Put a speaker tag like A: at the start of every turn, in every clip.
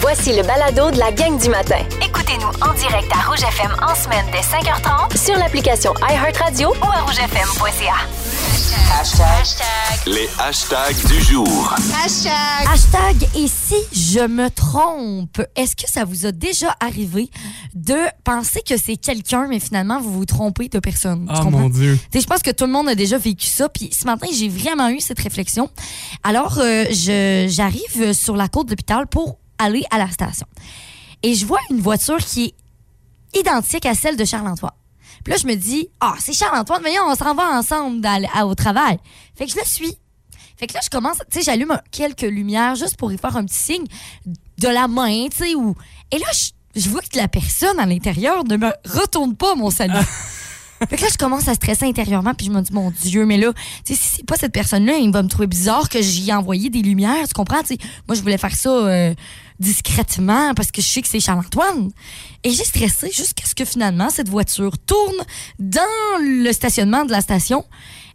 A: Voici le balado de la gang du matin. Écoutez-nous en direct à Rouge FM en semaine dès 5h30 sur l'application iHeartRadio ou à rougefm.ca.
B: Les hashtags du jour.
C: Hashtag et si je me trompe, est-ce que ça vous a déjà arrivé de penser que c'est quelqu'un, mais finalement vous vous trompez de personne? Tu
D: Ah
C: comprends?
D: mon Dieu.
C: Tu sais, je pense que tout le monde a déjà vécu ça. Puis ce matin, j'ai vraiment eu cette réflexion. Alors, euh, je- j'arrive sur la côte d'hôpital pour aller à la station. Et je vois une voiture qui est identique à celle de Charles-Antoine. Puis là, je me dis, ah, c'est Charles-Antoine, mais on s'en va ensemble dans le- à- au travail. Fait que je le suis. Fait que là, je commence, tu sais, j'allume un- quelques lumières juste pour y faire un petit signe de la main, tu sais, ou. Et là, je, je vois que la personne à l'intérieur ne me retourne pas mon salut. Fait que là, je commence à stresser intérieurement, puis je me dis, mon Dieu, mais là, tu sais, si c'est pas cette personne-là, il va me trouver bizarre que j'y ai envoyé des lumières, tu comprends? Tu sais, moi, je voulais faire ça euh, discrètement parce que je sais que c'est Charles-Antoine. Et j'ai stressé jusqu'à ce que finalement, cette voiture tourne dans le stationnement de la station,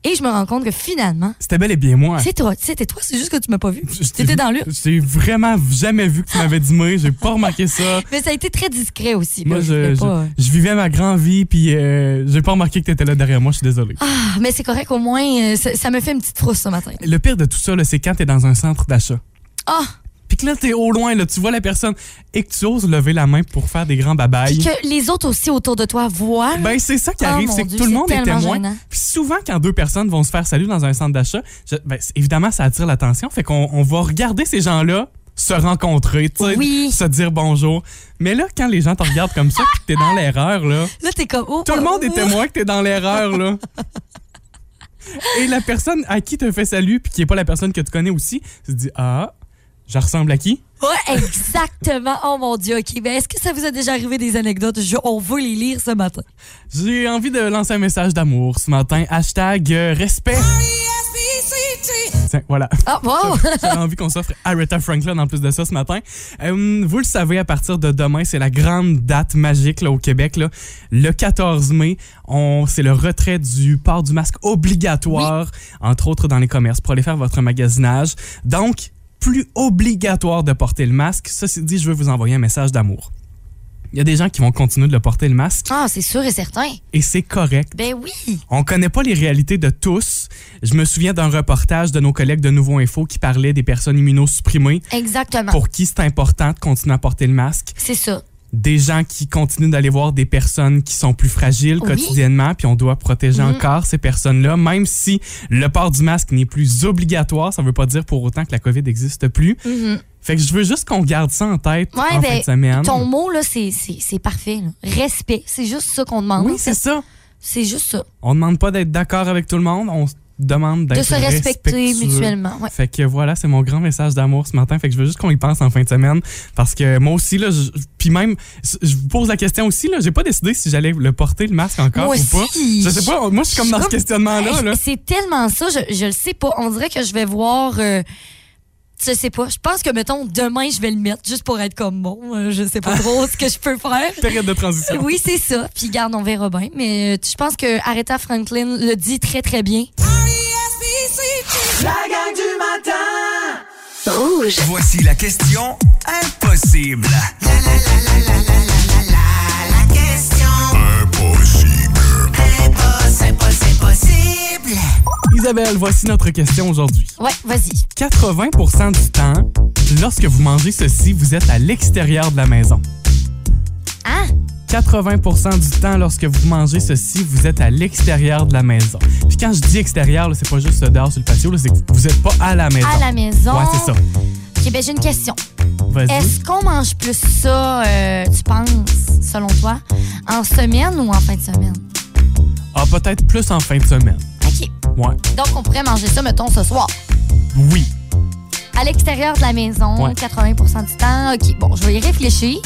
C: et je me rends compte que finalement,
D: C'était bel et bien moi.
C: c'est toi, c'était toi, c'est juste que tu m'as pas vu.
D: Je t'ai-
C: T'étais dans l'urne.
D: Je t'ai vraiment jamais vu que tu m'avais dit moi. J'ai pas remarqué ça.
C: Mais ça a été très discret aussi.
D: Moi,
C: là, je
D: je,
C: voulais
D: je-
C: pas, euh,
D: je vivais ma grande vie, puis euh, j'ai pas remarqué que t'étais là derrière moi. Je suis désolé.
C: Ah, mais c'est correct, au moins, euh, ça, ça me fait une petite frousse ce matin.
D: Le pire de tout ça, là, c'est quand t'es dans un centre d'achat.
C: Ah!
D: Puis que là, t'es au loin, là, tu vois la personne et que tu oses lever la main pour faire des grands babayes.
C: Puis que les autres aussi autour de toi voient.
D: Ben, c'est ça qui
C: Oh
D: arrive,
C: mon
D: c'est que
C: Dieu,
D: tout le
C: c'est
D: monde est
C: tellement
D: témoin.
C: gênant.
D: Puis souvent, quand deux personnes vont se faire saluer dans un centre d'achat, je- ben, c'est- évidemment, ça attire l'attention. Fait qu'on on va regarder ces gens-là se rencontrer, tu sais,
C: Oui.
D: se dire bonjour. Mais là, quand les gens te regardent comme ça, puis que t'es dans l'erreur, là,
C: Là, t'es comme. Oh,
D: tout le monde est
C: oh,
D: témoin que t'es dans l'erreur, là. Et la personne à qui te fait salut, puis qui est pas la personne que tu connais aussi, tu te dis Ah, je ressemble à qui
C: Ouais, exactement. Oh mon Dieu, OK. Ben, est-ce que ça vous a déjà arrivé des anecdotes? Je- on veut les lire ce matin.
D: J'ai envie de lancer un message d'amour ce matin. Hashtag euh, respect. Tiens, voilà.
C: Ah, wow!
D: J'avais envie qu'on s'offre Aretha Franklin en plus de ça ce matin. Euh, vous le savez, à partir de demain, c'est la grande date magique là, au Québec. Là. Le 14 mai, on, c'est le retrait du port du masque obligatoire, entre autres dans les commerces, pour aller faire votre magasinage. Donc, plus obligatoire de porter le masque. Ceci dit, je veux vous envoyer un message d'amour. Il y a des gens qui vont continuer de le porter le masque
C: Ah, c'est sûr et certain.
D: et c'est correct.
C: Ben oui.
D: On connaît pas les réalités de tous. Je me souviens d'un reportage de nos collègues de Nouveau Info qui parlait des personnes immunosupprimées
C: Exactement.
D: pour qui c'est important de continuer à porter le masque.
C: C'est ça.
D: Des gens qui continuent d'aller voir des personnes qui sont plus fragiles
C: Oui. Mhm.
D: quotidiennement, puis on doit protéger encore ces personnes-là, même si le port du masque n'est plus obligatoire. Ça veut pas dire pour autant que la COVID n'existe plus.
C: Mhm.
D: Fait que je veux juste qu'on garde ça en tête
C: Ouais,
D: en
C: ben,
D: fin de semaine.
C: Ton mot, là, c'est, c'est, c'est parfait. là. Respect. C'est juste ça qu'on demande.
D: Oui,
C: en
D: c'est
C: fait.
D: ça.
C: C'est juste ça.
D: On demande pas d'être d'accord avec tout le monde. On se demande d'être
C: De se respecter
D: respectueux.
C: mutuellement. Ouais.
D: Fait que voilà, c'est mon grand message d'amour ce matin. Fait que je veux juste qu'on y pense en fin de semaine. Parce que moi aussi, là, je- puis même, je vous pose la question aussi, là, j'ai pas décidé si j'allais le porter le masque encore
C: Moi
D: ou pas.
C: aussi.
D: Je sais pas, moi, je suis comme dans ce questionnement-là. Là.
C: Hey, C'est tellement ça, je, je le sais pas. On dirait que je vais voir. euh, je sais pas. Je pense que, mettons, demain, je vais le mettre juste pour être comme bon. Euh, Je sais pas trop ce que je peux faire.
D: Période de transition.
C: Oui, c'est ça. Puis, garde, on verra bien. Mais euh, je pense que Aretha Franklin le dit très, très bien.
E: La gang du matin
A: Rouge.
B: Voici la question impossible.
D: Isabelle, voici notre question aujourd'hui.
C: Ouais, vas-y.
D: 80 du temps, lorsque vous mangez ceci, vous êtes à l'extérieur de la maison.
C: Hein?
D: 80 du temps, lorsque vous mangez ceci, vous êtes à l'extérieur de la maison. Puis quand je dis extérieur, là, c'est pas juste dehors sur le patio, là, c'est que vous êtes pas à la maison.
C: À la maison.
D: Ouais, c'est ça.
C: OK, ben, j'ai une question.
D: Vas-y.
C: Est-ce qu'on mange plus ça, euh, tu penses, selon toi, en semaine ou en fin de semaine?
D: Ah, peut-être plus en fin de semaine.
C: OK.
D: Ouais.
C: Donc, on pourrait manger ça, mettons, ce soir.
D: Oui.
C: À l'extérieur de la maison,
D: Ouais.
C: 80 du temps. OK, bon, je vais y réfléchir.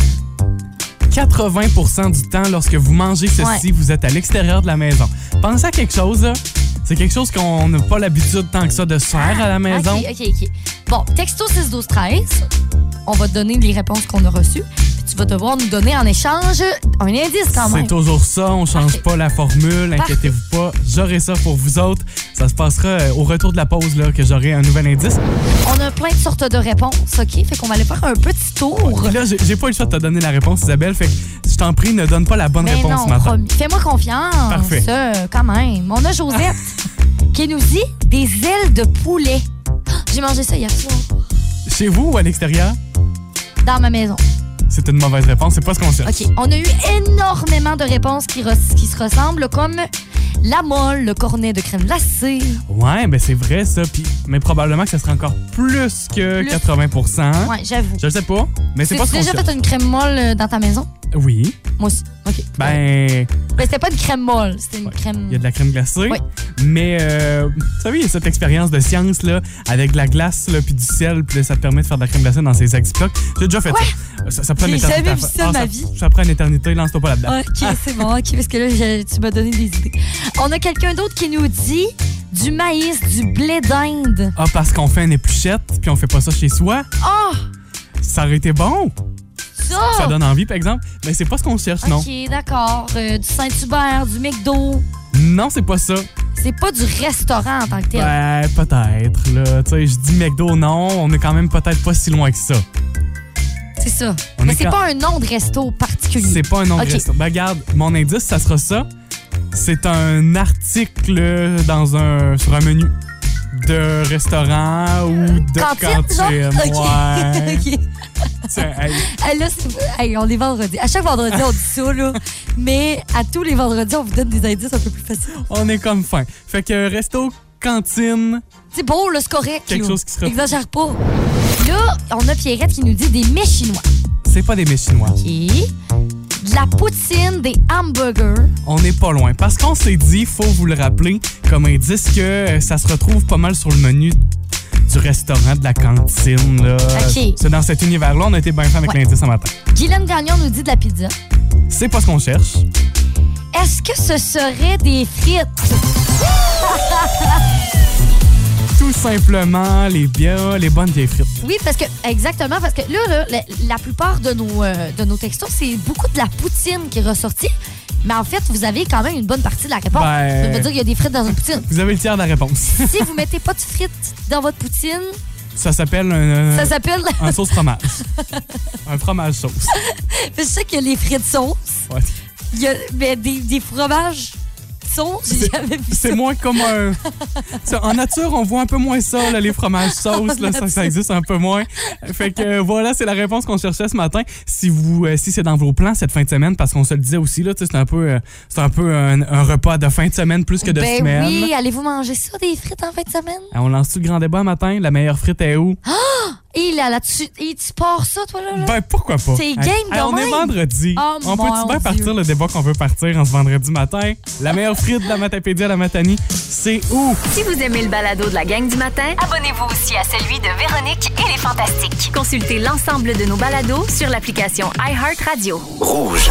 D: 80 du temps, lorsque vous mangez ceci,
C: Ouais.
D: vous êtes à l'extérieur de la maison. Pensez à quelque chose, là. C'est quelque chose qu'on n'a pas l'habitude tant que ça de se faire
C: Ah,
D: à la maison.
C: OK, OK, OK. Bon, texto 6 12 13 on va te donner les réponses qu'on a reçues. Puis tu vas devoir nous donner en échange un indice quand
D: C'est
C: même.
D: toujours ça, on change
C: Parfait.
D: pas la formule, inquiétez-vous pas, j'aurai ça pour vous autres. Ça se passera euh, au retour de la pause là, que j'aurai un nouvel indice.
C: On a plein de sortes de réponses, OK? Fait qu'on va aller faire un petit tour.
D: Là, j'ai j'ai pas eu le choix de te donner la réponse, Isabelle, fait que je t'en prie, ne donne pas la bonne
C: Mais
D: réponse
C: Ben non,
D: ce matin.
C: promis. Fais-moi confiance.
D: Parfait.
C: euh, quand même. On a Josette qui nous dit des ailes de poulet. Ah, J'ai mangé ça hier soir
D: Chez vous ou à l'extérieur?
C: dans ma maison.
D: C'est une mauvaise réponse, c'est pas ce qu'on cherche.
C: OK. On a eu énormément de réponses qui, res- qui se ressemblent, comme la molle, le cornet de crème glacée.
D: Ouais, ben c'est vrai ça, puis mais probablement que ça sera encore plus que
C: Plus.
D: 80%.
C: Ouais, j'avoue.
D: Je le sais pas, mais c'est pas
C: T'as-tu
D: ce qu'on
C: déjà
D: cherche.
C: fait une crème molle euh, dans ta maison?
D: Oui,
C: Moi aussi. OK.
D: ben
C: Mais c'était pas une crème molle, c'était une
D: Ouais.
C: crème.
D: il y a de la crème glacée.
C: Oui.
D: Mais euh, vous savez, il y a cette expérience de science là, avec de la glace là, puis du sel, puis là, ça te permet de faire de la crème glacée dans ces sacs-blocs. J'ai déjà fait ça. ça. Ça prend une
C: J'ai
D: éternité.
C: jamais
D: à
C: vu
D: fa-
C: ça de ma
D: ça-
C: vie.
D: Ça prend une éternité, lance-toi pas là-dedans.
C: OK, c'est bon. OK, parce que là, j'ai- tu m'as donné des idées. On a quelqu'un d'autre qui nous dit du maïs, du blé d'Inde.
D: Ah, parce qu'on fait une épluchette, puis on fait pas ça chez soi,
C: Oh,
D: ça aurait été bon.
C: ça!
D: Ah! Ça donne envie, par exemple. Mais c'est pas ce qu'on cherche, non.
C: Oh. OK, d'accord. Euh, du Saint-Hubert, du McDo.
D: Non, c'est pas ça.
C: C'est pas du restaurant en tant que tel.
D: Ben, peut-être, là. Tu sais, je dis McDo, non, on est quand même peut-être pas si loin que ça.
C: Mm. C'est ça.
D: On
C: Mais
D: est
C: c'est
D: quand-
C: pas un nom de resto particulier.
D: C'est pas un nom
C: Ok.
D: de restaurant. Ben, regarde, mon indice, ça sera ça. C'est un article dans un, sur un menu de restaurant ou de
C: Cantine,
D: cantine.
C: genre?
D: Ouais.
C: OK.
D: Tiens, hey,
C: Hey, là, c'est- hey, on est vendredi. À chaque vendredi, on dit ça, là. Mais à tous les vendredis, on vous donne des indices un peu plus faciles.
D: on est comme fin. Fait que resto, cantine,
C: C'est beau, là, c'est correct.
D: Quelque
C: là.
D: chose qui se retrouve.
C: Exagère pas. Là, on a Pierrette qui nous dit des mets chinois.
D: c'est pas des mets chinois.
C: OK. De la poutine, des hamburgers.
D: On n'est pas loin. Parce qu'on s'est dit, faut vous le rappeler, comme indice que euh, ça se retrouve pas mal sur le menu du restaurant, de la cantine. Là.
C: Ok.
D: C'est dans cet univers-là, on a été bien fin avec
C: Ouais.
D: l'indice ce matin.
C: Guylaine Gagnon nous dit de la pizza.
D: C'est pas ce qu'on cherche.
C: Est-ce que ce serait des frites?
D: Tout simplement, les bières, les bonnes vieilles frites.
C: Oui, parce que, exactement, parce que là, là, la, la plupart de nos, euh, de nos textos, c'est beaucoup de la poutine qui est ressortie. Mais en fait, vous avez quand même une bonne partie de la réponse.
D: Ben-
C: Ça veut dire qu'il y a des frites dans une poutine.
D: Vous avez le tiers de la réponse.
C: si vous mettez pas de frites dans votre poutine,
D: Ça s'appelle un, euh,
C: ça s'appelle.
D: un sauce fromage. un fromage sauce.
C: Je sais qu'il y a les frites sauce,
D: Ouais.
C: il y a mais des, des fromages sauce, j'ai
D: C'est-
C: jamais vu ça.
D: C'est moins commun. Ça, en nature, on voit un peu moins ça, là, les fromages sauces, là, ça, ça existe un peu moins. Fait que euh, voilà, c'est la réponse qu'on cherchait ce matin. Si vous, euh, si c'est dans vos plans cette fin de semaine, parce qu'on se le disait aussi là, tu sais, c'est un peu, euh, c'est un peu un, un repas de fin de semaine plus que de
C: ben
D: semaine.
C: oui, allez-vous manger ça, des frites en fin de semaine?
D: Ah, On lance-tu le grand débat matin? La meilleure frite est où?
C: Ah! Et là, là, tu, et tu pars ça, toi, là? là?
D: Ben pourquoi pas?
C: C'est
D: Hey,
C: game
D: hey,
C: quand
D: On est
C: même.
D: vendredi.
C: Oh,
D: on
C: mon
D: peut-tu bien
C: Dieu.
D: partir le débat qu'on veut partir en ce vendredi matin? La meilleure frite de la matapédie à la matanie, c'est où?
A: Si vous aimez le balado de la gang du matin, abonnez-vous aussi à celui de Véronique et les Fantastiques. Consultez l'ensemble de nos balados sur l'application iHeartRadio. Rouge.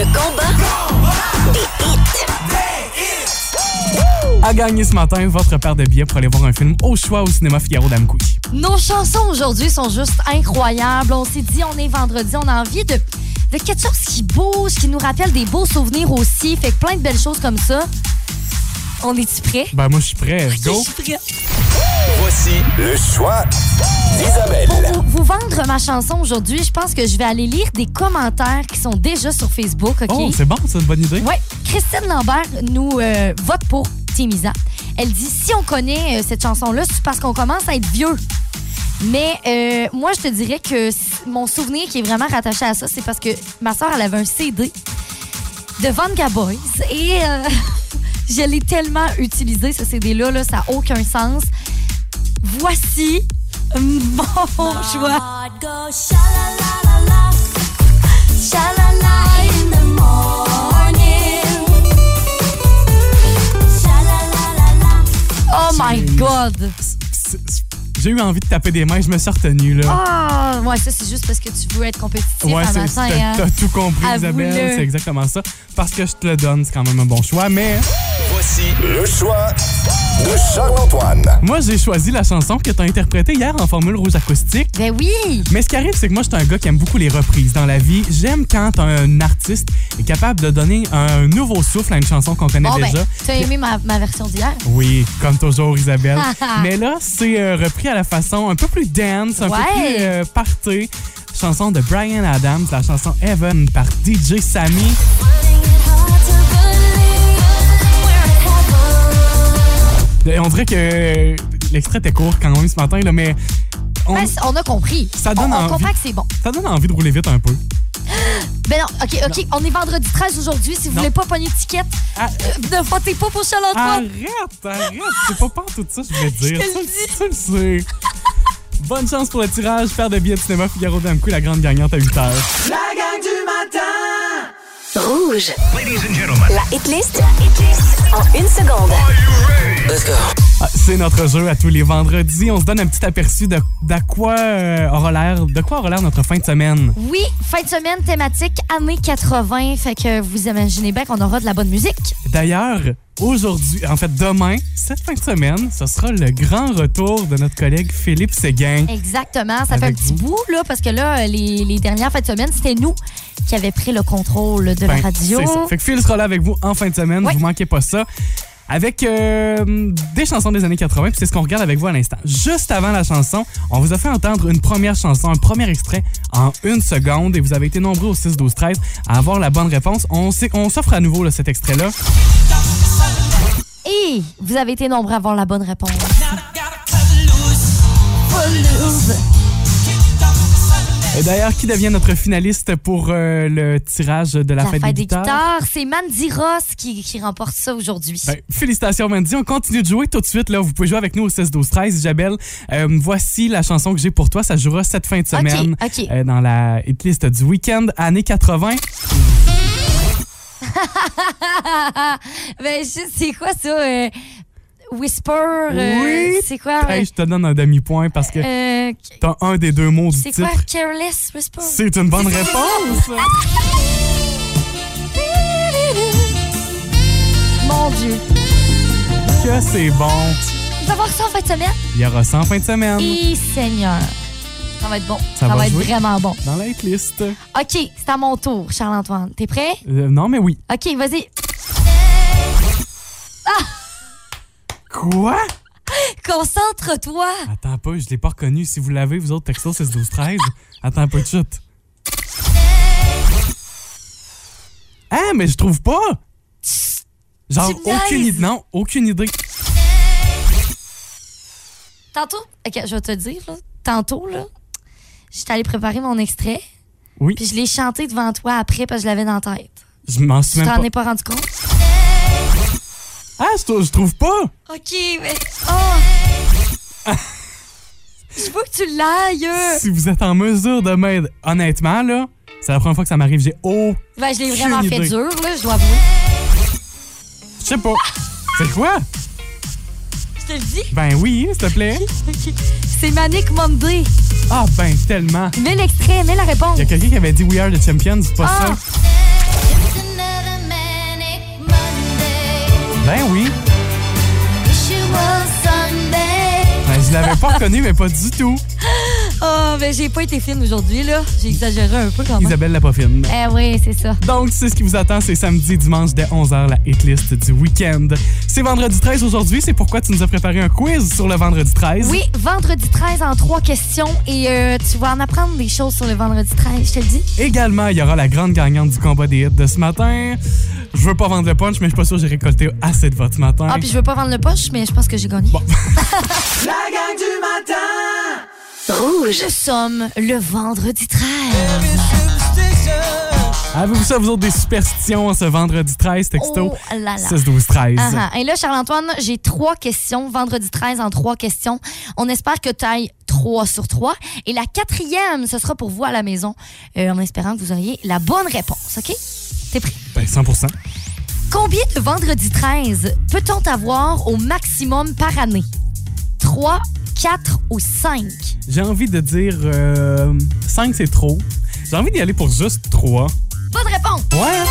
A: Le combat.
D: à gagner ce matin votre paire de billets pour aller voir un film au choix au cinéma Figaro d'Amkoui.
C: Nos chansons aujourd'hui sont juste incroyables. On s'est dit, on est vendredi, on a envie de, de quelque chose qui bouge, qui nous rappelle des beaux souvenirs aussi. Fait que plein de belles choses comme ça. On est-tu prêts?
D: Ben moi je suis prêt, go.
C: Je suis prête.
B: Voici le choix d'Isabelle.
C: Pour vous, vous vendre ma chanson aujourd'hui, je pense que je vais aller lire des commentaires qui sont déjà sur Facebook, OK?
D: Oh, c'est bon, c'est une bonne idée.
C: Ouais, Christine Lambert nous euh, vote pour Timisa. Elle dit si on connaît euh, cette chanson-là, c'est parce qu'on commence à être vieux. Mais euh, moi, je te dirais que s- mon souvenir qui est vraiment rattaché à ça, c'est parce que ma soeur, elle avait un CD de Vanga Boys et euh, je l'ai tellement utilisé, ce CD-là, là, ça n'a aucun sens. Voici mon choix. Oh my God!
D: C'est- c'est- J'ai eu envie de taper des mains, je me suis retenu là.
C: Ah, ouais, ça, c'est juste parce que tu veux être compétitif
D: ouais,
C: à
D: c'est-
C: matin.
D: t'as
C: hein.
D: t'as tout compris
C: Avoue-le.
D: Isabelle, c'est exactement ça. Parce que je te le donne, c'est quand même un bon choix, mais
B: Voici le choix de Charles-Antoine.
D: Moi, j'ai choisi la chanson que t'as interprétée hier en formule rouge acoustique.
C: Ben oui!
D: Mais ce qui arrive, c'est que moi, je suis un gars qui aime beaucoup les reprises dans la vie. J'aime quand un artiste est capable de donner un nouveau souffle à une chanson qu'on connaît
C: Bon, ben,
D: déjà.
C: tu as aimé ma, ma version d'hier?
D: Oui, comme toujours, Isabelle. Mais là, c'est euh, repris à la façon un peu plus dance, un peu
C: Ouais.
D: plus euh, party. Chanson de Brian Adams, la chanson Heaven par DJ Sammy. Euh, On dirait que euh, l'extrait était court quand même ce matin, là, mais on-
C: Ben, c- on a compris.
D: Ça donne
C: on, on
D: envie.
C: comprend que c'est bon.
D: ça donne envie de rouler vite un peu.
C: Ben non, OK, OK, on est vendredi 13 aujourd'hui. Si vous
D: Non.
C: voulez pas pogner d'étiquette,
D: Ah,
C: ne votez pas pour Charles Antoine.
D: Arrête, arrête, c'est pas pas tout ça, je voulais dire.
C: Je te le
D: Tu le sais. Bonne chance pour le tirage. Paire de billets de cinéma Figaro Damcou, la grande gagnante à 8 heures.
E: La gang du matin
A: Rouge. La hitlist en une seconde.
D: Ah, C'est notre jeu à tous les vendredis. On se donne un petit aperçu de, d'à quoi euh, aura l'air, de quoi aura l'air notre fin de semaine.
C: Oui, fin de semaine thématique années 80. Fait que vous imaginez bien qu'on aura de la bonne musique.
D: D'ailleurs, aujourd'hui, en fait demain, cette fin de semaine, ce sera le grand retour de notre collègue Philippe Séguin.
C: Exactement. Ça fait un
D: Avec
C: petit
D: vous.
C: bout, là, parce que là, les, les dernières fins de semaine, c'était nous qui avions pris le contrôle de la
D: Ben,
C: radio.
D: c'est ça. Fait que Phil sera là avec vous en fin de semaine.
C: Ouais.
D: Vous manquez pas ça. Avec euh, des chansons des années 80, puis c'est ce qu'on regarde avec vous à l'instant. Juste avant la chanson, on vous a fait entendre une première chanson, un premier extrait en une seconde, et vous avez été nombreux au 6, 12, 13 à avoir la bonne réponse. On, sait- on s'offre à nouveau là, cet extrait-là.
C: Et vous avez été nombreux à avoir la bonne réponse.
D: Et d'ailleurs, qui devient notre finaliste pour euh, le tirage de la,
C: la
D: fête,
C: fête
D: des, guitares?
C: c'est Mandy Ross qui, qui remporte ça aujourd'hui.
D: Ben, félicitations, Mandy. On continue de jouer tout de suite. Là. Vous pouvez jouer avec nous au 16, 12, 13. Isabelle, euh, voici la chanson que j'ai pour toi. Ça jouera cette fin de semaine
C: Ok, ok.
D: euh, dans la hitlist du week-end, années 80.
C: Ben, je- c'est quoi ça? euh, Whisper? euh,
D: Oui.
C: C'est quoi?
D: Hey, je te donne un demi-point parce que
C: euh,
D: t'as un des deux mots du
C: c'est quoi?
D: titre.
C: Careless Whisper?
D: C'est une bonne réponse.
C: Mon Dieu.
D: que c'est bon.
C: On va voir ça en fin de semaine.
D: Il y aura ça en fin de semaine
C: Et Seigneur. Ça va être bon.
D: Ça va
C: va, être
D: jouer.
C: vraiment bon.
D: dans la hitlist.
C: OK, c'est à mon tour, Charles-Antoine. T'es prêt?
D: Euh, non, mais oui.
C: OK, vas-y.
D: Quoi?
C: Concentre-toi.
D: Attends pas, je l'ai pas reconnu. Si vous l'avez, vous autres, texto 16, 12, 13. Attends pas de chute. Ah, mais je trouve pas! Genre,
C: Tu me
D: aucune
C: niaises.
D: idée. Non, aucune idée.
C: Tantôt, OK, je vais te dire, là. Tantôt, là, j'étais allée préparer mon extrait.
D: Oui.
C: Puis je l'ai chanté devant toi après parce que je l'avais dans la tête.
D: Je m'en suis
C: Tu
D: même
C: t'en
D: pas.
C: es pas rendu compte?
D: Ah, je, trou- je trouve pas!
C: OK, mais. Oh! je veux que tu l'ailles. euh.
D: Si vous êtes en mesure de m'aider, honnêtement, là, c'est la première fois que ça m'arrive. J'ai oh,
C: Ben, je l'ai vraiment
D: Aucune
C: fait
D: idée.
C: dur, là, je dois avouer.
D: je sais pas. C'est quoi?
C: Je te le dis.
D: Ben oui, s'il te plaît.
C: C'est Manic Monday.
D: Ah, ben tellement.
C: Mets l'extrait, mets la réponse.
D: Il y a quelqu'un qui avait dit We are the champions, c'est pas
C: Ah!
D: ça? Ben oui. Ben, je l'avais pas reconnu, mais pas du tout.
C: Oh, ben j'ai pas été fine aujourd'hui, là. J'ai exagéré un peu quand même.
D: Isabelle Lapoffine.
C: Eh oui, c'est ça.
D: Donc, c'est ce qui vous attend, c'est samedi, dimanche dès 11h, la hitlist du week-end. C'est vendredi 13 aujourd'hui, c'est pourquoi tu nous as préparé un quiz sur le vendredi 13.
C: Oui, vendredi 13 en trois questions et euh, tu vas en apprendre des choses sur le vendredi 13, je te le dis.
D: Également, il y aura la grande gagnante du combat des hits de ce matin. Je veux pas vendre le punch, mais je suis pas sûr que j'ai récolté assez de votes ce matin.
C: Ah, puis je veux pas vendre le poche, mais je pense que j'ai gagné.
E: La gang du matin
C: Nous sommes le vendredi 13.
D: Avez-vous ça, vous autres, des superstitions ce vendredi 13, texto?
C: Oh là là.
D: 6, 12, 13.
C: Ah, ah. Et là, Charles-Antoine, j'ai trois questions. Vendredi 13 en trois questions. On espère que tu ailles 3 sur 3. Et la quatrième, ce sera pour vous à la maison, euh, en espérant que vous auriez la bonne réponse. OK? T'es prêt?
D: Ben, 100
C: Combien de vendredi 13 peut-on avoir au maximum par année? 3, 4 ou 5?
D: J'ai envie de dire euh, 5, c'est trop. J'ai envie d'y aller pour juste 3.
C: Bonne réponse!
D: Ouais!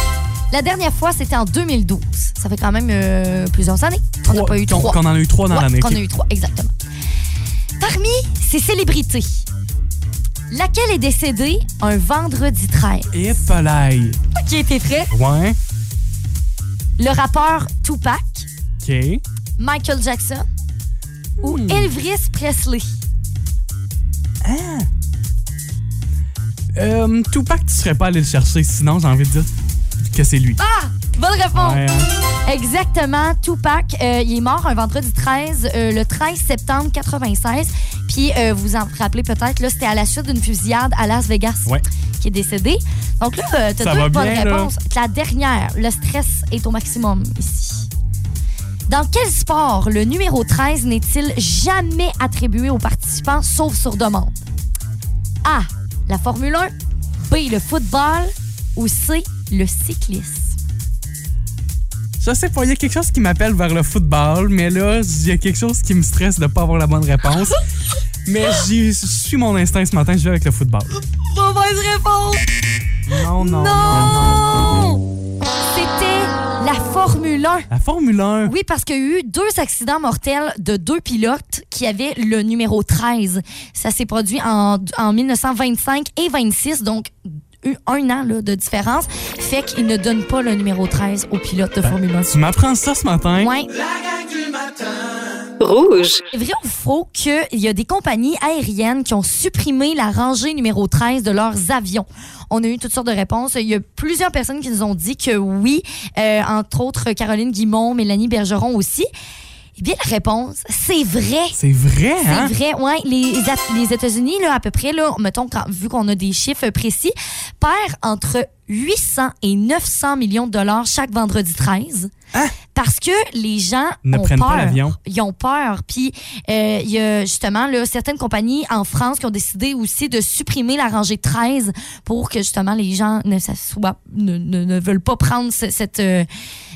C: La dernière fois, c'était en 2012. Ça fait quand même euh, plusieurs années. On n'a
D: Trois-
C: pas eu
D: qu'on-
C: trois.
D: Qu'on en a eu trois dans
C: Ouais,
D: l'année.
C: qu'on
D: ok.
C: a eu trois, exactement. Parmi ces célébrités, laquelle est décédée un vendredi 13?
D: Et polaille.
C: Qui était prêt?
D: Ouais.
C: Le rappeur Tupac,
D: OK.
C: Michael Jackson ou
D: Hmm.
C: Elvis Presley?
D: Euh, Tupac, tu serais pas allé le chercher, sinon j'ai envie de dire que c'est lui.
C: Ah! Bonne réponse!
D: Ouais. hein.
C: Exactement, Tupac, euh, il est mort un vendredi 13, euh, le 13 septembre 96. Puis euh, vous en rappelez peut-être, là, c'était à la suite d'une fusillade à Las Vegas
D: Ouais.
C: qui est décédé. Donc là, euh,
D: Ça
C: t'as
D: va
C: deux bonnes
D: bien, là.
C: réponses. La dernière, le stress est au maximum ici. Dans quel sport le numéro 13 n'est-il jamais attribué aux participants sauf sur demande? A. La Formule 1. B. Le football. Ou C. Le cyclisme.
D: Je sais pas, il y a quelque chose qui m'appelle vers le football, mais là, il y a quelque chose qui me stresse de pas avoir la bonne réponse. mais j'y- je suis mon instinct ce matin, je vais avec le football.
C: Mauvaise réponse!
D: Non, non, non.
C: Non! C'était la Formule 1.
D: La Formule 1.
C: Oui, parce qu'il y a eu deux accidents mortels de deux pilotes qui avaient le numéro 13. Ça s'est produit en, en 1925 et 26, donc eu un an là, de différence. Fait qu'ils ne donnent pas le numéro 13 aux pilotes de Formule 1.
D: Tu m'apprends ça ce matin?
C: Ouais.
E: La gang du matin.
F: Rouge.
C: C'est vrai ou faux qu'il y a des compagnies aériennes qui ont supprimé la rangée numéro 13 de leurs avions? On a eu toutes sortes de réponses. Il y a plusieurs personnes qui nous ont dit que oui, euh, entre autres Caroline Guimont, Mélanie Bergeron aussi. Eh bien, la réponse, c'est vrai.
D: C'est vrai, hein?
C: C'est vrai, ouais. Les, At- les États-Unis, là, à peu près, là, mettons, quand- vu qu'on a des chiffres précis, perdent entre 800 et 900 millions de dollars chaque vendredi 13.
D: Hein?
C: Parce que les gens
D: Ne
C: ont
D: prennent
C: peur.
D: pas l'avion.
C: Ils ont peur. Puis, euh, il y a justement là, certaines compagnies en France qui ont décidé aussi de supprimer la rangée 13 pour que justement les gens ne, s'assoient- ne, ne, ne veulent pas prendre ce- cette, euh,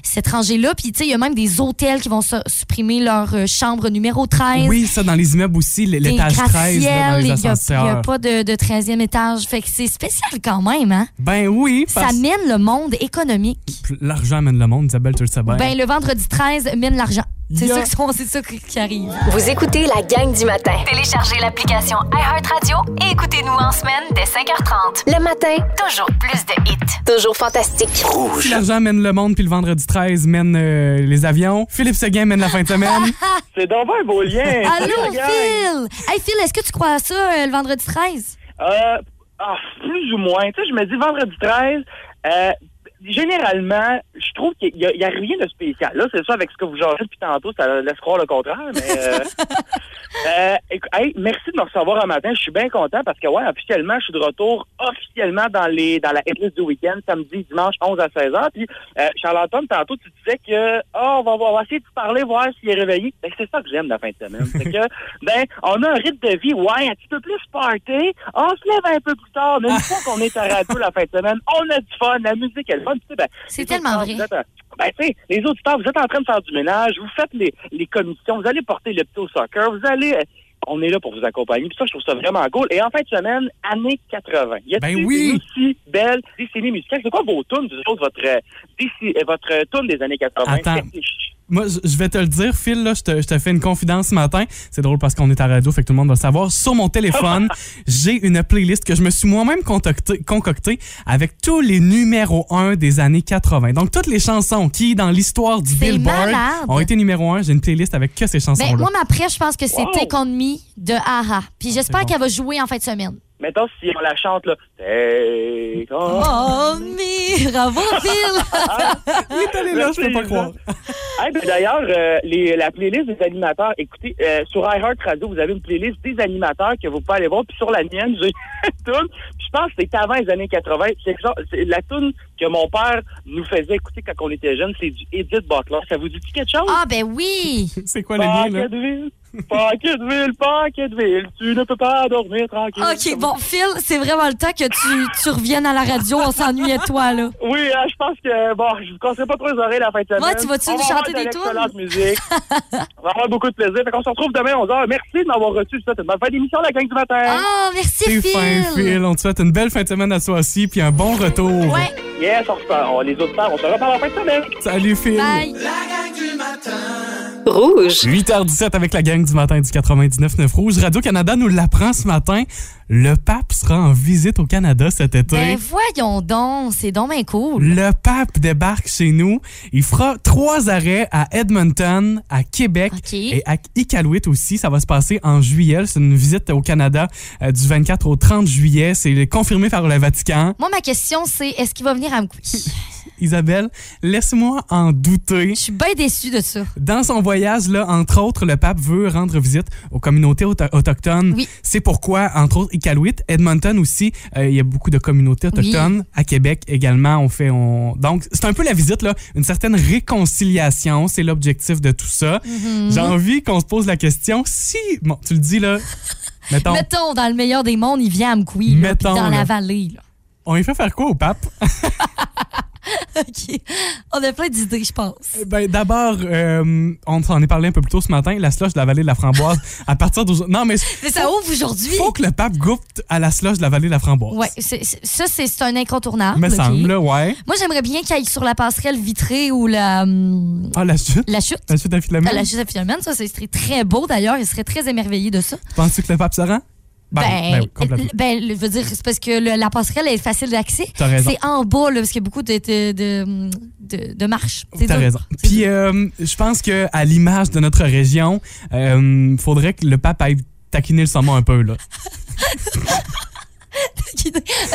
C: cette rangée-là. Puis, tu sais, il y a même des hôtels qui vont su- supprimer leur euh, chambre numéro 13
D: Oui, ça, dans les immeubles aussi, l-
C: des
D: l'étage 13, là, dans
C: gratte-ciel,
D: les
C: il y a-
D: ascenseurs.
C: Il n'y a, pas de, de 13e étage. Fait que c'est spécial quand même, hein?
D: Ben oui,
C: Ça
D: parce
C: mène le monde économique.
D: que l'argent mène le monde, Isabelle, tu le sais bien.
C: Ben, le vendredi 13 mène l'argent. C'est
D: Yeah.
C: ça, qui sont- c'est ça qui qui arrive.
A: Vous écoutez la gang du matin. Téléchargez l'application iHeartRadio et écoutez-nous en semaine dès 5h30. Le matin, toujours plus de hits. Toujours fantastique.
D: Puis l'argent mène le monde, puis le vendredi 13 mène euh, les avions. Philippe Seguin mène la fin de semaine.
G: C'est donc un beau lien.
C: Allô,
G: Salut, la gang.
C: Phil! Hey, Phil, est-ce que tu crois à ça, euh, le vendredi 13?
G: Euh, ah, plus ou moins. Tu sais, je me dis vendredi 13, euh, généralement, je trouve qu'il n'y a, il y a rien de spécial. Là, c'est ça, avec ce que vous jasez depuis tantôt, ça laisse croire le contraire, mais... euh, euh, écou- hey, merci de me recevoir un matin. Je suis bien content parce que, ouais, officiellement, je suis de retour officiellement dans les dans la hitlist du week-end, samedi, dimanche, 11 à 16 h Puis, euh, Charles-Antoine, tantôt, tu disais que, oh, on va, on va essayer de te parler, voir s'il est réveillé. Ben, c'est ça que j'aime de la fin de semaine. c'est que, ben, on a un rythme de vie, ouais, un petit peu plus party. On se lève un peu plus tard, mais une fois qu'on est à radio la fin de semaine, on a du fun, la musique est le fun. Puis, tu sais, ben,
C: C'est
G: les
C: tellement vrai.
G: auditeurs, vous êtes en- ben, tu sais, les auditeurs, vous êtes en train de faire du ménage, vous faites les, les commissions, vous allez porter le petit au soccer, vous allez... euh, On est là pour vous accompagner. Puis ça, je trouve ça vraiment cool. Et en fin de semaine, années 80. Y a
D: Ben oui.
G: aussi belle décennie musicale. C'est quoi vos tunes, vous autres, votre, euh, déci- euh, votre euh, tune des années 80?
D: Attends.
G: C'est-
D: Moi, je- je vais te le dire, Phil, là, je, te, je te fais une confidence ce matin. C'est drôle parce qu'on est à la radio, fait que tout le monde va le savoir. Sur mon téléphone, j'ai une playlist que je me suis moi-même contacté- concoctée avec tous les numéros 1 des années 80. Donc, toutes les chansons qui, dans l'histoire du
C: C'est
D: Billboard,
C: malade.
D: ont été numéro 1, j'ai une playlist avec que ces chansons-là.
C: Ben, moi, ma prêche, je pense que c'est
G: Wow.
C: Take On Me de Aha. Puis j'espère
D: Ah, bon.
C: qu'elle va jouer en fin de semaine.
G: Mettons, si on la chante, là. Take
D: Ah!
G: on-
C: On Me! Bravo, Oh, Phil!
D: Oui, t'as
C: euh,
D: les là, je peux pas
G: Merci,
D: croire.
G: Eh ben, D'ailleurs, euh, les- la playlist des animateurs, écoutez, euh, sur iHeart Radio, vous avez une playlist des animateurs que vous pouvez aller voir. Puis sur la mienne, j'ai une toune. Puis Je pense que c'est avant les années 80. C'est genre- c'est la toune que mon père nous faisait écouter quand on était jeunes. C'est du Edith Butler. Ça vous dit quelque chose?
C: Ah, ben oui!
D: C'est quoi le lien, là?
G: Packetville, Packetville, Packetville, tu ne peux pas dormir tranquille.
C: OK, bon, Phil, c'est vraiment le temps que tu, tu reviennes à la radio. On s'ennuyait de toi, là.
G: Oui, euh, je pense que, bon, je vous conseille pas trop les oreilles la fin de semaine.
C: Ouais, tu vas-tu
G: On
C: nous
G: va avoir
C: chanter
G: de
C: des
G: l'excellente musique. On va avoir beaucoup de plaisir. Fait qu'on se retrouve demain 11h. Merci de m'avoir reçu. Je vous souhaite une bonne fin d'émission, la gang du matin.
C: Ah, merci,
D: T'es
C: Phil!
D: fin, Phil. On te souhaite une belle fin de semaine à toi aussi, puis un bon retour.
C: Ouais.
G: Yes, on, repart- on- les auditeurs, on se reparle en fin de semaine.
D: Salut Phil.
C: Bye!
E: La gang du matin.
A: Rouge.
D: 8h17 avec la gang du matin du 99.9 Rouge. Radio-Canada nous l'apprend ce matin. Le pape sera en visite au Canada cet été.
C: Ben voyons donc, c'est donc bien cool.
D: Le pape débarque chez nous. Il fera trois arrêts à Edmonton, à Québec
C: OK.
D: et à Iqaluit aussi. Ça va se passer en juillet. C'est une visite au Canada euh, du 24 au 30 juillet. C'est confirmé par le Vatican.
C: Moi, ma question, c'est est-ce qu'il va venir à Mkoui?
D: Isabelle, laisse-moi en douter.
C: Je suis bien déçue de ça.
D: Dans son voyage, là, entre autres, le pape veut rendre visite aux communautés auto- autochtones.
C: Oui.
D: C'est pourquoi, entre autres, Iqaluit, Edmonton aussi, euh, il y a beaucoup de communautés autochtones. À Québec également, on fait... On... Donc, c'est un peu la visite, là, une certaine réconciliation. C'est l'objectif de tout ça.
C: Mm-hmm.
D: J'ai envie qu'on se pose la question si... Bon, tu le dis, là... Mettons,
C: Mettons, dans le meilleur des mondes, il vient à Mkoui, là, puis
D: Mettons,
C: dans
D: là.
C: la vallée. là.
D: on lui fait faire quoi au pape?
C: OK. On a plein d'idées, je pense.
D: Ben, d'abord, euh, on s'en est parlé un peu plus tôt ce matin, la slush de la vallée de la framboise. à partir d'aujourd'hui... Non, mais...
C: Mais ça ouvre aujourd'hui.
D: Faut que le pape goûte à la slush de la vallée de la framboise.
C: Ouais, c'est- c'est- ça, c'est c'est un incontournable.
D: Me
C: Ah, OK.
D: semble, ouais.
C: Moi, j'aimerais bien qu'il aille sur la passerelle vitrée ou la, hum,
D: Ah, la chute.
C: la chute.
D: La chute à Philomène.
C: Ah, La chute à Philomène, ça, c'est serait très beau d'ailleurs. Il serait très émerveillé de ça.
D: Penses-tu que le pape se rend? Ben, oui, ben oui, complètement.
C: l- ben, je veux dire, c'est parce que le- la passerelle est facile d'accès.
D: T'as raison.
C: C'est en bas, là, parce qu'il y a beaucoup de, de, de, de- de marches. C'est
D: T'as
C: dur.
D: raison.
C: C'est
D: Puis,
C: dur.
D: euh, je pense que à l'image de notre région, euh, faudrait que le pape aille taquiner le saumon un peu, là.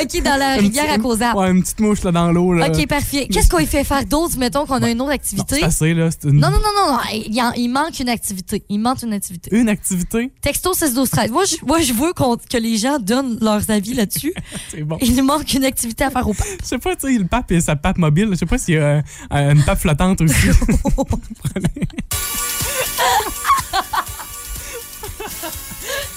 C: OK, dans la rivière à Causa.
D: Ouais, une petite mouche, là, dans l'eau, là.
C: OK, parfait. Qu'est-ce qu'on lui fait faire d'autre, mettons qu'on a une autre
D: Non,
C: activité?
D: c'est assez, là. C'est une,
C: Non, non, non, non, non. Il, y en- il manque une activité. Il manque une activité.
D: une activité.
C: Texto 16 12 13. Moi, je, moi, je veux qu'on- que les gens donnent leurs avis là-dessus.
D: C'est bon.
C: Il nous manque une activité à faire au pape.
D: Je sais pas, tu sais, le pape et sa pape mobile. Je sais pas s'il y a euh, une pape flottante aussi. Prenez.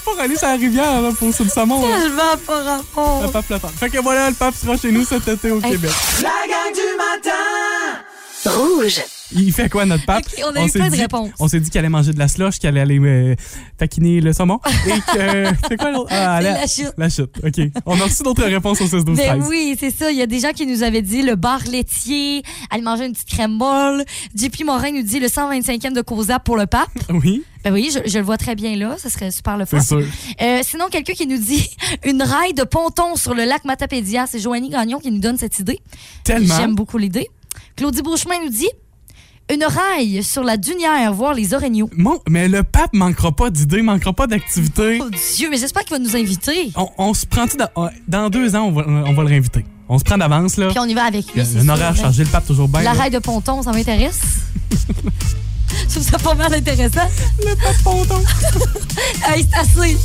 D: Pour aller sur la rivière, là, pour sur le saumon, là.
C: Tellement pas
D: Le
C: rapport.
D: pape l'attend. Fait que voilà, le pape sera chez nous cet été au
C: Hey.
D: Québec.
E: La gang du matin.
A: Rouge.
D: Il fait quoi, notre pape?
C: Ok, on a eu
D: s'est
C: plein de
D: dit-
C: réponses.
D: On s'est dit qu'il allait manger de la slush, qu'il allait aller euh, taquiner le saumon. Et que. C'est quoi l'autre? Ah,
C: C'est
D: la,
C: la chute.
D: la chute. OK. On a reçu d'autres réponses au 16 12
C: Ben
D: 13
C: oui, c'est ça. Il y a des gens qui nous avaient dit le bar laitier, aller manger une petite crème molle. JP Morin nous dit le 125e de Cosa pour le pape.
D: Oui,
C: Ben oui, je, je le vois très bien là. Ça serait super le fun.
D: c'est sûr.
C: Euh, sinon, quelqu'un qui nous dit une raille de ponton sur le lac Matapédia. C'est Joanie Gagnon qui nous donne cette idée.
D: Tellement.
C: J'aime beaucoup l'idée. Claudie Beauchemin nous dit une raille sur la dunière, voir les orignaux.
D: Mon- mais le pape manquera pas d'idées, manquera pas d'activités.
C: Oh Dieu, mais j'espère qu'il va nous inviter.
D: On, on se prend tout dans, dans deux ans, on va, on va le réinviter. On se prend d'avance, là. Euh,
C: Puis on y va avec lui. c'est
D: un
C: sûr,
D: horaire
C: ouais.
D: chargé, le pape toujours bien.
C: La
D: là.
C: raille de ponton, ça m'intéresse. Je trouve ça pas mal intéressant.
D: Le pape ponton.
C: Hey, c'est assez.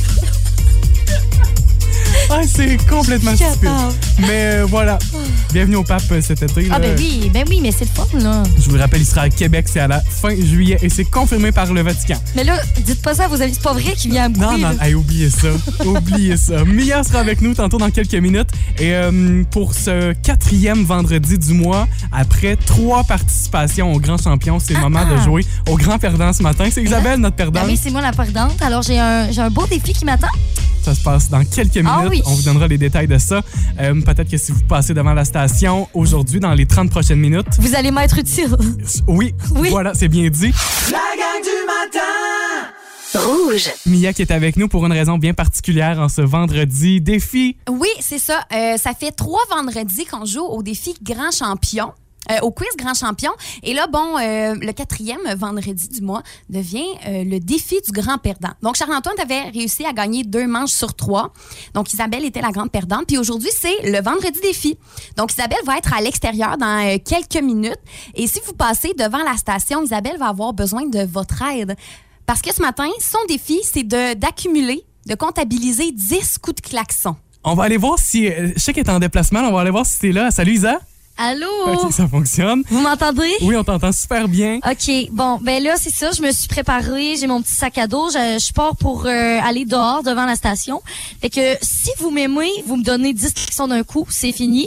D: Ah, c'est complètement
C: Je suis
D: stupide.
C: capable.
D: Mais euh, voilà. Bienvenue au pape euh, cet été.
C: Ah
D: là.
C: ben oui, ben oui, mais c'est le fun, là.
D: Je vous le rappelle, il sera à Québec, c'est à la fin juillet et c'est confirmé par le Vatican.
C: Mais là, dites pas ça à vos amis, c'est pas vrai qu'il vient à me
D: Non, non, hey, oubliez ça. oubliez ça. Mia sera avec nous tantôt dans quelques minutes. Et euh, pour ce quatrième vendredi du mois, après trois participations au Grand Champion, c'est le moment de jouer au Grand Perdant ce matin. C'est Isabelle, notre perdante.
C: mais c'est moi Ah, la perdante, alors j'ai un, j'ai un beau défi qui m'attend.
D: Ça se passe dans quelques minutes.
C: Ah oui.
D: On vous donnera les détails de ça. Euh, Peut-être que si vous passez devant la station aujourd'hui, dans les 30 prochaines minutes.
C: Vous allez m'être utile.
D: Oui,
C: Oui.
D: voilà, c'est bien dit.
E: La gang du matin.
A: Rouge.
D: Mia qui est avec nous pour une raison bien particulière en ce vendredi. Défi
F: Oui, c'est ça. Euh, ça fait trois vendredis qu'on joue au défi Grand Champion. euh, au quiz Grand Champion. Et là, bon, euh, le quatrième vendredi du mois devient euh, le défi du grand perdant. Donc, Charles-Antoine avait réussi à gagner deux manches sur trois. Donc, Isabelle était la grande perdante. Puis aujourd'hui, c'est le vendredi défi. Donc, Isabelle va être à l'extérieur dans euh, quelques minutes. Et si vous passez devant la station, Isabelle va avoir besoin de votre aide. Parce que ce matin, son défi, c'est de- d'accumuler, de comptabiliser 10 coups de klaxon.
D: On va aller voir si. euh, Je sais qu'elle est en déplacement, on va aller voir si t'es là. Salut Isa!
C: Allô?
D: Ok, ça fonctionne.
C: Vous m'entendez?
D: Oui, on t'entend super bien.
C: OK, bon, ben là, c'est ça, je me suis préparée, j'ai mon petit sac à dos, je, je pars pour euh, aller dehors devant la station. Fait que si vous m'aimez, vous me donnez 10 sont d'un coup, c'est fini.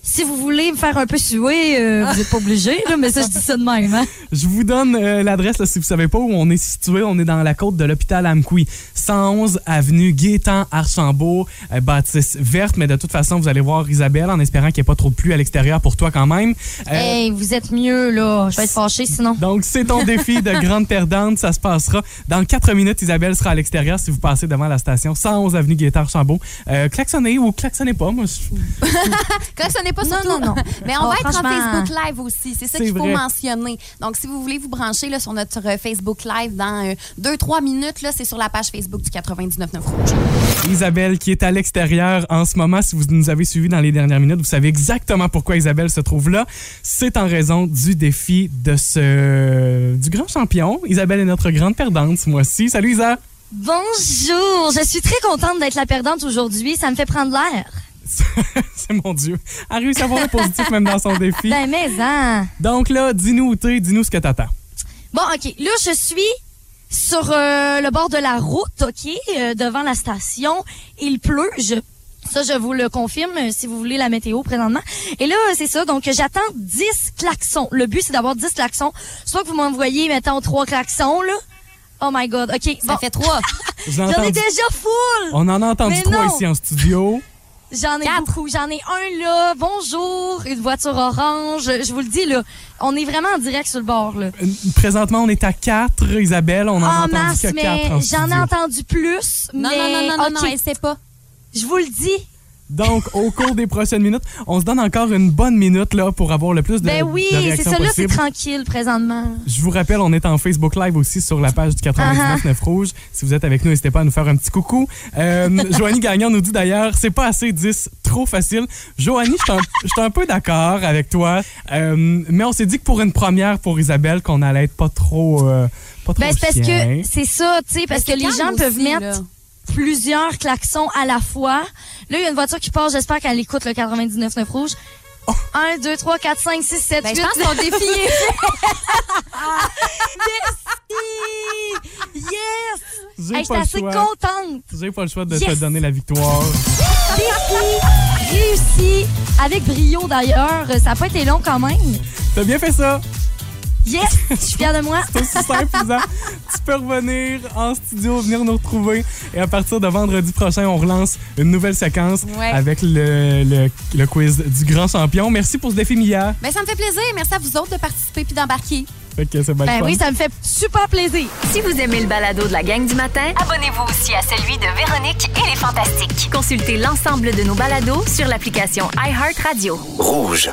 C: si vous voulez me faire un peu suer, euh, vous n'êtes pas obligé, là, mais ça, je dis ça de même. hein.
D: Je vous donne euh, l'adresse là, si vous savez pas où on est situé. On est dans la côte de l'hôpital Amqui, 111 avenue Gaétan Archambault, euh, bâtisse verte. Mais de toute façon, vous allez voir Isabelle en espérant qu'il n'y ait pas trop de pluie à l'extérieur pour toi quand même. Euh,
C: Hey, vous êtes mieux, là. Je vais être fâchée sinon.
D: Donc, c'est ton défi de grande perdante. Ça se passera dans 4 minutes. Isabelle sera à l'extérieur si vous passez devant la station 111 avenue Gaétan Chambaud. klaxonnez ou klaxonnez pas. Moi, je-
F: Quand ce n'est pas
C: Non,
F: surtout.
C: non, non.
F: Mais on
C: Oh,
F: va être en
C: franchement.
F: Facebook Live aussi. C'est ça
D: C'est
F: qu'il faut
D: vrai.
F: mentionner. Donc, si vous voulez vous brancher là, sur notre euh, Facebook Live dans 2-3 minutes, là, c'est sur la page Facebook du 99.9 Rouge.
D: Isabelle qui est à l'extérieur en ce moment. Si vous nous avez suivis dans les dernières minutes, vous savez exactement pourquoi Isabelle se trouve là. C'est en raison du défi de ce du grand champion. Isabelle est notre grande perdante ce mois-ci. Salut Isa.
C: Bonjour. Je suis très contente d'être la perdante aujourd'hui. Ça me fait prendre l'air.
D: C'est mon Dieu. Elle réussi à avoir le positif même dans son défi.
C: Ben, mais, hein.
D: Donc là, dis-nous où t'es, dis-nous ce que t'attends.
C: Bon, OK. Là, je suis sur euh, le bord de la route, OK, euh, devant la station. Il pleut. Je... Ça, je vous le confirme euh, si vous voulez la météo présentement. Et là, euh, c'est ça. Donc, j'attends 10 klaxons. Le but, c'est d'avoir 10 klaxons. Soit que vous m'envoyez, mettons, 3 klaxons, là. Oh my God. OK.
F: Ça
C: Bon,
F: fait 3.
D: Je l'ai
C: j'en ai
D: entendu-
C: déjà full.
D: On en a entendu
C: Mais
D: trois
C: non.
D: ici en studio.
C: J'en ai beaucoup. J'en ai un là. Bonjour. Une voiture orange. Je vous le dis, là. On est vraiment en direct sur le bord, là.
D: Euh, Présentement, on est à quatre, Isabelle. On en a
C: en
D: entendu
C: masse,
D: que quatre en
C: Ah, mais j'en ai
D: studio.
C: entendu plus.
F: Non,
C: mais...
F: non, non, non, non,
C: ok,
F: non, elle sait pas.
C: Je vous le dis.
D: Donc, au cours des prochaines minutes, on se donne encore une bonne minute là pour avoir le plus de,
C: Ben oui,
D: de
C: c'est
D: réactions
C: ça, là, c'est
D: possibles.
C: tranquille présentement.
D: Je vous rappelle, on est en Facebook Live aussi sur la page du
C: Uh-huh.
D: 99.9 Rouge. Si vous êtes avec nous, n'hésitez pas à nous faire un petit coucou. Euh, Joanie Gagnon nous dit d'ailleurs, c'est pas assez 10, trop facile. Joanie, je suis un- je suis un peu d'accord avec toi, Euh, mais on s'est dit que pour une première pour Isabelle, qu'on allait être pas trop... euh, pas trop
C: Ben, c'est parce
D: chien.
C: que c'est ça, tu sais, parce que
F: Mais c'est
C: les gens
F: calme
C: peuvent
F: aussi,
C: mettre
F: là.
C: plusieurs klaxons à la fois. Là, il y a une voiture qui passe, j'espère qu'elle écoute le 99.9 rouge. 1, 2, 3, 4, 5, 6, 7, 8.
F: Ben, je pense qu'on défi est fait.
C: Yes!
D: J'ai
C: Hey,
D: pas,
C: J'étais assez
D: le choix.
C: contente.
D: J'ai pas le choix de te
C: Yes.
D: donner la victoire.
C: Défi réussi avec brio d'ailleurs. Ça n'a pas été long quand même.
D: T'as bien fait ça!
C: Yes! Je suis fière de moi.
D: C'est
F: Ben,
D: aussi simple, Isa. Tu peux revenir en studio, venir nous retrouver. Et à partir de vendredi prochain, on relance une nouvelle séquence
F: Ouais.
D: avec le, le- le quiz du grand champion. Merci pour ce défi, Mia.
F: Ben, ça me fait plaisir. Merci à vous autres de participer puis d'embarquer.
D: Fait que c'est bien
C: Ben
D: le fun.
C: oui, ça me fait super plaisir.
A: Si vous aimez le balado de la gang du matin, abonnez-vous aussi à celui de Véronique et les Fantastiques. Consultez l'ensemble de nos balados sur l'application iHeartRadio.
B: Rouge.